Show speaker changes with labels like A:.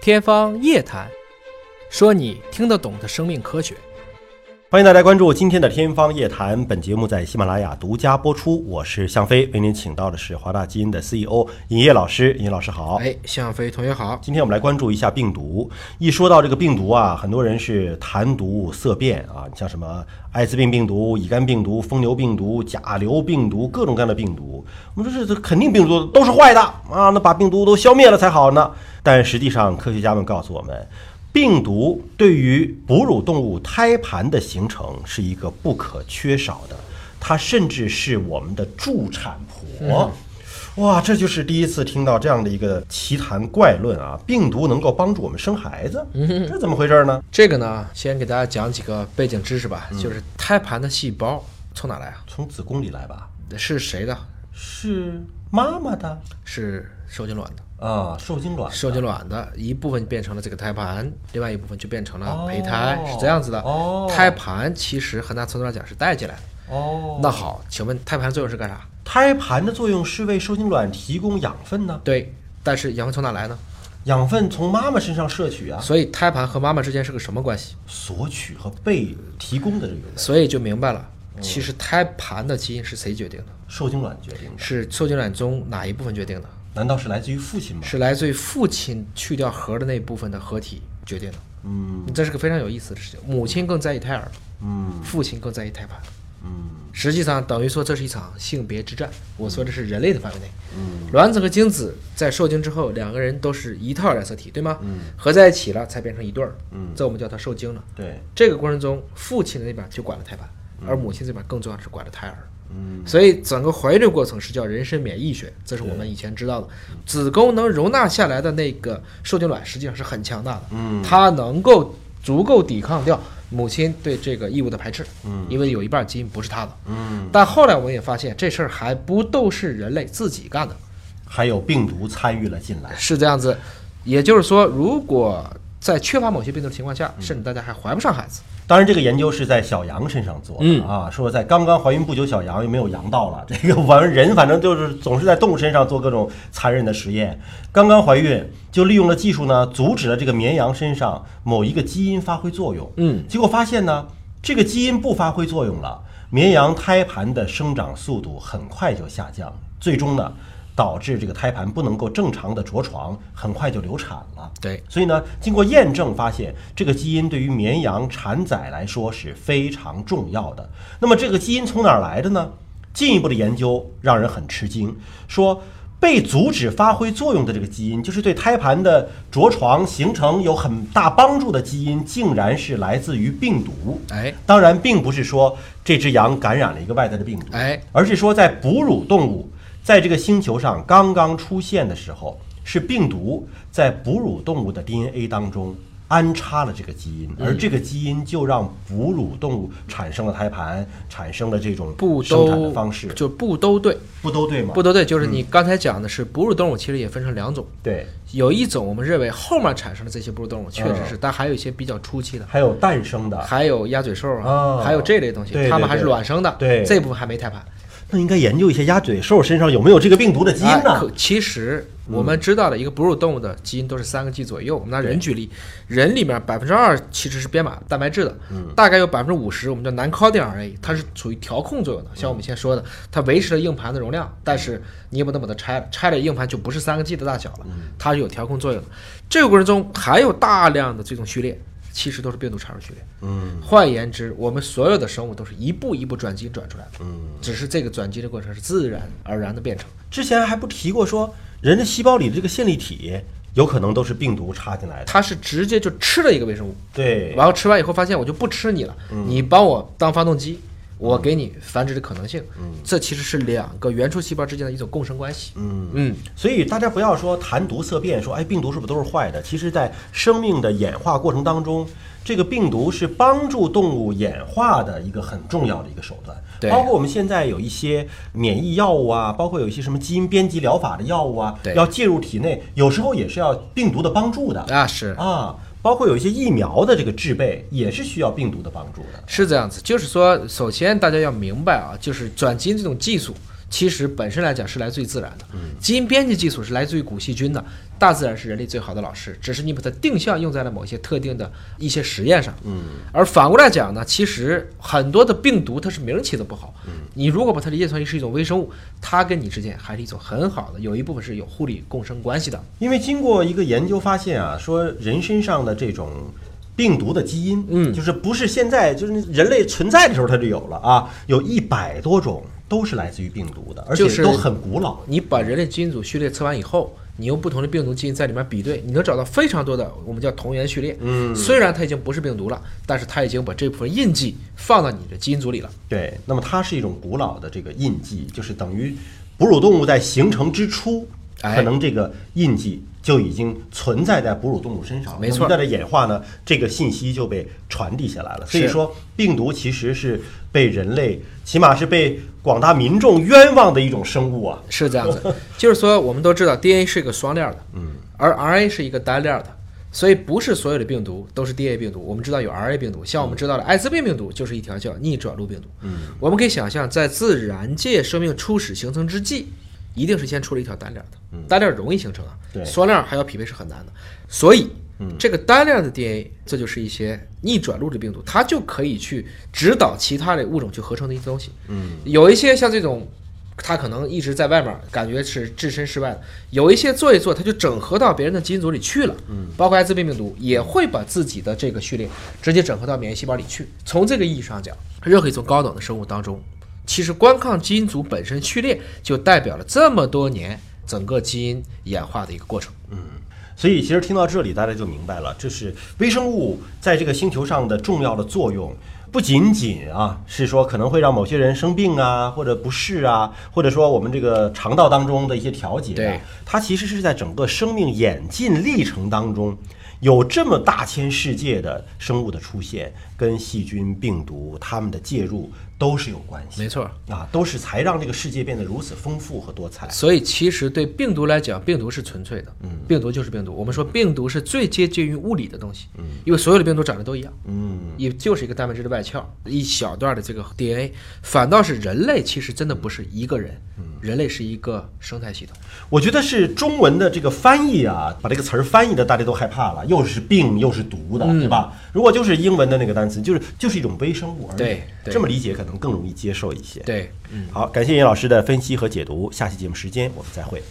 A: 天方夜谭，说你听得懂的生命科学。
B: 欢迎大家关注今天的《天方夜谭》，本节目在喜马拉雅独家播出。我是向飞，为您请到的是华大基因的 CEO 尹烨老师。尹烨老师好。
A: 哎，向飞同学好。
B: 今天我们来关注一下病毒。一说到这个病毒啊，很多人是谈毒色变啊，你像什么艾滋病病毒、乙肝病毒、疯牛病毒、甲流病毒，各种各样的病毒。我们说这这肯定病毒都是坏的啊，那把病毒都消灭了才好呢。但实际上，科学家们告诉我们。病毒对于哺乳动物胎盘的形成是一个不可缺少的，它甚至是我们的助产婆。哇，这就是第一次听到这样的一个奇谈怪论啊！病毒能够帮助我们生孩子，
A: 嗯
B: 这怎么回事呢？
A: 这个呢，先给大家讲几个背景知识
B: 嗯
A: 吧。就是胎盘的细胞从哪来啊？
B: 从子宫里来吧？
A: 是谁的？
B: 是妈妈的
A: 是受精卵的。
B: 啊，受精卵。
A: 受精卵的一部分变成了这个胎盘，另外一部分就变成了胚
B: 哦
A: 胎，是这样子的。
B: 哦
A: 胎盘其实很大程度上讲是带进来的。
B: 哦，
A: 那好，请问胎盘作用是干啥？
B: 胎盘的作用是为受精卵提供养分呢，
A: 对，但是养分从哪来呢？
B: 养分从妈妈身上摄取啊，
A: 所以胎盘和妈妈之间是个什么关系？
B: 索取和被提供的这个
A: 所以就明白了，
B: 嗯
A: 其实胎盘的基因是谁决定的？
B: 受精卵决定的。
A: 是受精卵中哪一部分决定的？
B: 难道是来自于父亲吗？
A: 是来自于父亲去掉核的那部分的合体决定的。
B: 嗯
A: 这是个非常有意思的事情。母亲更在意胎儿，
B: 嗯
A: 父亲更在意胎盘。
B: 嗯
A: 实际上等于说这是一场性别之战。我说的是人类的范围内，
B: 嗯
A: 卵子和精子在受精之后，两个人都是一套染色体，对吗？
B: 嗯
A: 合在一起了才变成一对儿，这我们叫它受精了。
B: 对，
A: 这个过程中，父亲的那边就管了胎盘，
B: 嗯
A: 而母亲这边更重要的是管了胎儿。所以整个怀孕的过程是叫人身免疫学，这是我们以前知道的。子宫能容纳下来的那个受精卵实际上是很强大的，
B: 嗯
A: 它能够足够抵抗掉母亲对这个异物的排斥，
B: 嗯
A: 因为有一半基因不是它的。
B: 嗯，
A: 但后来我们也发现，这事儿还不都是人类自己干的，
B: 还有病毒参与了进来。
A: 是这样子。也就是说，如果在缺乏某些病毒的情况
B: 嗯
A: 下，甚至大家还怀不上孩子，
B: 当然，这个研究是在小羊身上做的、
A: 嗯
B: 啊，说在刚刚怀孕不久，小羊又没有羊道了。这个玩意儿人反正就是总是在动物身上做各种残忍的实验。刚刚怀孕就利用了技术呢，阻止了这个绵羊身上某一个基因发挥作用。
A: 嗯，
B: 结果发现呢，这个基因不发挥作用了，绵羊胎盘的生长速度很快就下降，最终呢，导致这个胎盘不能够正常的着床，很快就流产了。
A: 对，
B: 所以呢，经过验证发现，这个基因对于绵羊产崽来说是非常重要的。那么这个基因从哪儿来的呢？进一步的研究让人很吃惊，说被阻止发挥作用的这个基因，就是对胎盘的着床形成有很大帮助的基因，竟然是来自于病毒。
A: 哎，
B: 当然，并不是说这只羊感染了一个外在的病毒，
A: 哎，
B: 而是说在哺乳动物在这个星球上刚刚出现的时候，是病毒在哺乳动物的 DNA 当中安插了这个基因，而这个
A: 嗯
B: 基因就让哺乳动物产生了胎盘，产生了这种
A: 不
B: 生
A: 都
B: 产的方式，嗯
A: 就不都对，
B: 不都对吗？
A: 不都对，就是你刚才讲的是哺乳动物，其实也分成两种，
B: 对，
A: 有一种我们认为后面产生的这些哺乳动物确
B: 嗯
A: 实是，但还有一些比较初期的，
B: 还有诞生的，
A: 还有鸭嘴兽啊，
B: 哦
A: 还有这类东西
B: 对，对
A: 它们还是
B: 对
A: 卵生的，
B: 对
A: 这部分还没胎盘。
B: 那应该研究一下鸭嘴兽身上有没有这个病毒的基因
A: 哎
B: 呢？
A: 可其实我们知道的一个哺乳动物的基因都是三个 G 左右。我
B: 嗯
A: 们拿人举例，人里面百分之二其实是编码蛋白质的，
B: 嗯
A: 大概有百分之五十我们叫 non-coding RNA，它是处于调控作用的。像我们先说的，它维持了硬盘的容量，但是你也不能把它拆了，拆了硬盘就不是三个 G 的大小了，
B: 嗯
A: 它是有调控作用的。这个过程中还有大量的这种序列。其实都是病毒产生序列。
B: 嗯，
A: 换言之，我们所有的生物都是一步一步转基因转出来的。
B: 嗯，
A: 只是这个转基因的过程是自然而然的变成。
B: 之前还不提过说，人的细胞里的这个线粒体有可能都是病毒插进来的。
A: 它是直接就吃了一个微生物，
B: 对，
A: 然后吃完以后发现我就不吃你了，你帮我当发动机，我给你繁殖的可能性。这其实是两个原初细胞之间的一种共生关系。嗯嗯，
B: 所以大家不要说谈毒色变，说哎病毒是不是都是坏的？其实，在生命的演化过程当中，这个病毒是帮助动物演化的一个很重要的一个手段。
A: 对
B: 包括我们现在有一些免疫药物啊，包括有一些什么基因编辑疗法的药物啊
A: 对，
B: 要介入体内，有时候也是要病毒的帮助的
A: 啊是
B: 啊。包括有一些疫苗的这个制备，也是需要病毒的帮助的。
A: 是这样子，就是说，首先大家要明白啊，就是转基因这种技术。其实本身来讲是来自于自然的。基因编辑技术是来自于古细菌的，大自然是人类最好的老师，只是你把它定向用在了某些特定的一些实验上。嗯，而反过来讲呢，其实很多的病毒它是名儿起的不好，你如果把它理解成是一种微生物，它跟你之间还是一种很好的，有一部分是有互利共生关系的。
B: 因为经过一个研究发现啊，说人身上的这种病毒的基因，嗯，就是不是现在就是人类存在的时候它就有了啊，有一百多种都是来自于病毒的，而
A: 就
B: 且
A: 是
B: 都很古老。
A: 你把人类基因组序列测完以后，你用不同的病毒基因在里面比对，你能找到非常多的我们叫同源序列。嗯，虽然它已经不是病毒了，但是它已经把这部分印记放到你的基因组里了。
B: 对，那么它是一种古老的这个印记，就是等于哺乳动物在形成之初，
A: 哎
B: 可能这个印记就已经存在在哺乳动物身上了。
A: 没错
B: 那么在这演化呢，这个信息就被传递下来了。所以
A: 是
B: 说，病毒其实是被人类，起码是被广大民众冤枉的一种生物啊。
A: 是这样子，就是说我们都知道 DNA 是一个双链儿的，嗯，而 RNA 是一个单链儿的，所以不是所有的病毒都是 DNA 病毒。我们知道有 RNA 病毒，像我们知道的艾滋病病毒就是一条叫逆转录病毒。嗯，我们可以想象，在自然界生命初始形成之际，一定是先出了一条单链儿的，单链儿容易形成啊，
B: 对
A: 双链儿还要匹配是很难的，所以。这个单链儿的 DNA，这就是一些逆转录的病毒，它就可以去指导其他的物种去合成的一些东西。嗯，有一些像这种他可能一直在外面，感觉是置身事外的。有一些做一做，他就整合到别人的基因组里去了。嗯，包括艾滋病病毒也会把自己的这个序列直接整合到免疫细胞里去。从这个意义上讲，任何一种高等的生物当中，其实光看基因组本身序列就代表了这么多年整个基因演化的一个过程。
B: 所以，其实听到这里，大家就明白了，这是微生物在这个星球上的重要的作用，不仅仅啊是说可能会让某些人生病啊，或者不适啊，或者说我们这个肠道当中的一些调节、啊
A: 对，
B: 它其实是在整个生命演进历程当中。有这么大千世界的生物的出现，跟细菌、病毒它们的介入都是有关系
A: 没错。
B: 啊，都是才让这个世界变得如此丰富和多彩。
A: 所以其实对病毒来讲，病毒是纯粹的，病毒就是病毒。我们说病毒是最接近于物理的东西，因为所有的病毒长得都一样，
B: 嗯，
A: 也就是一个蛋白质的外壳，一小段的这个 DNA。反倒是人类其实真的不是一个人，人类是一个生态系统。
B: 我觉得是中文的这个翻译啊，把这个词儿翻译的大家都害怕了，又是病又是毒的，
A: 嗯
B: 对吧？如果就是英文的那个单词，就是就是一种微生物而已。
A: 对对
B: 这么理解可能更容易接受一些。，
A: 对，嗯
B: 好，感谢尹老师的分析和解读，下期节目时间我们再会。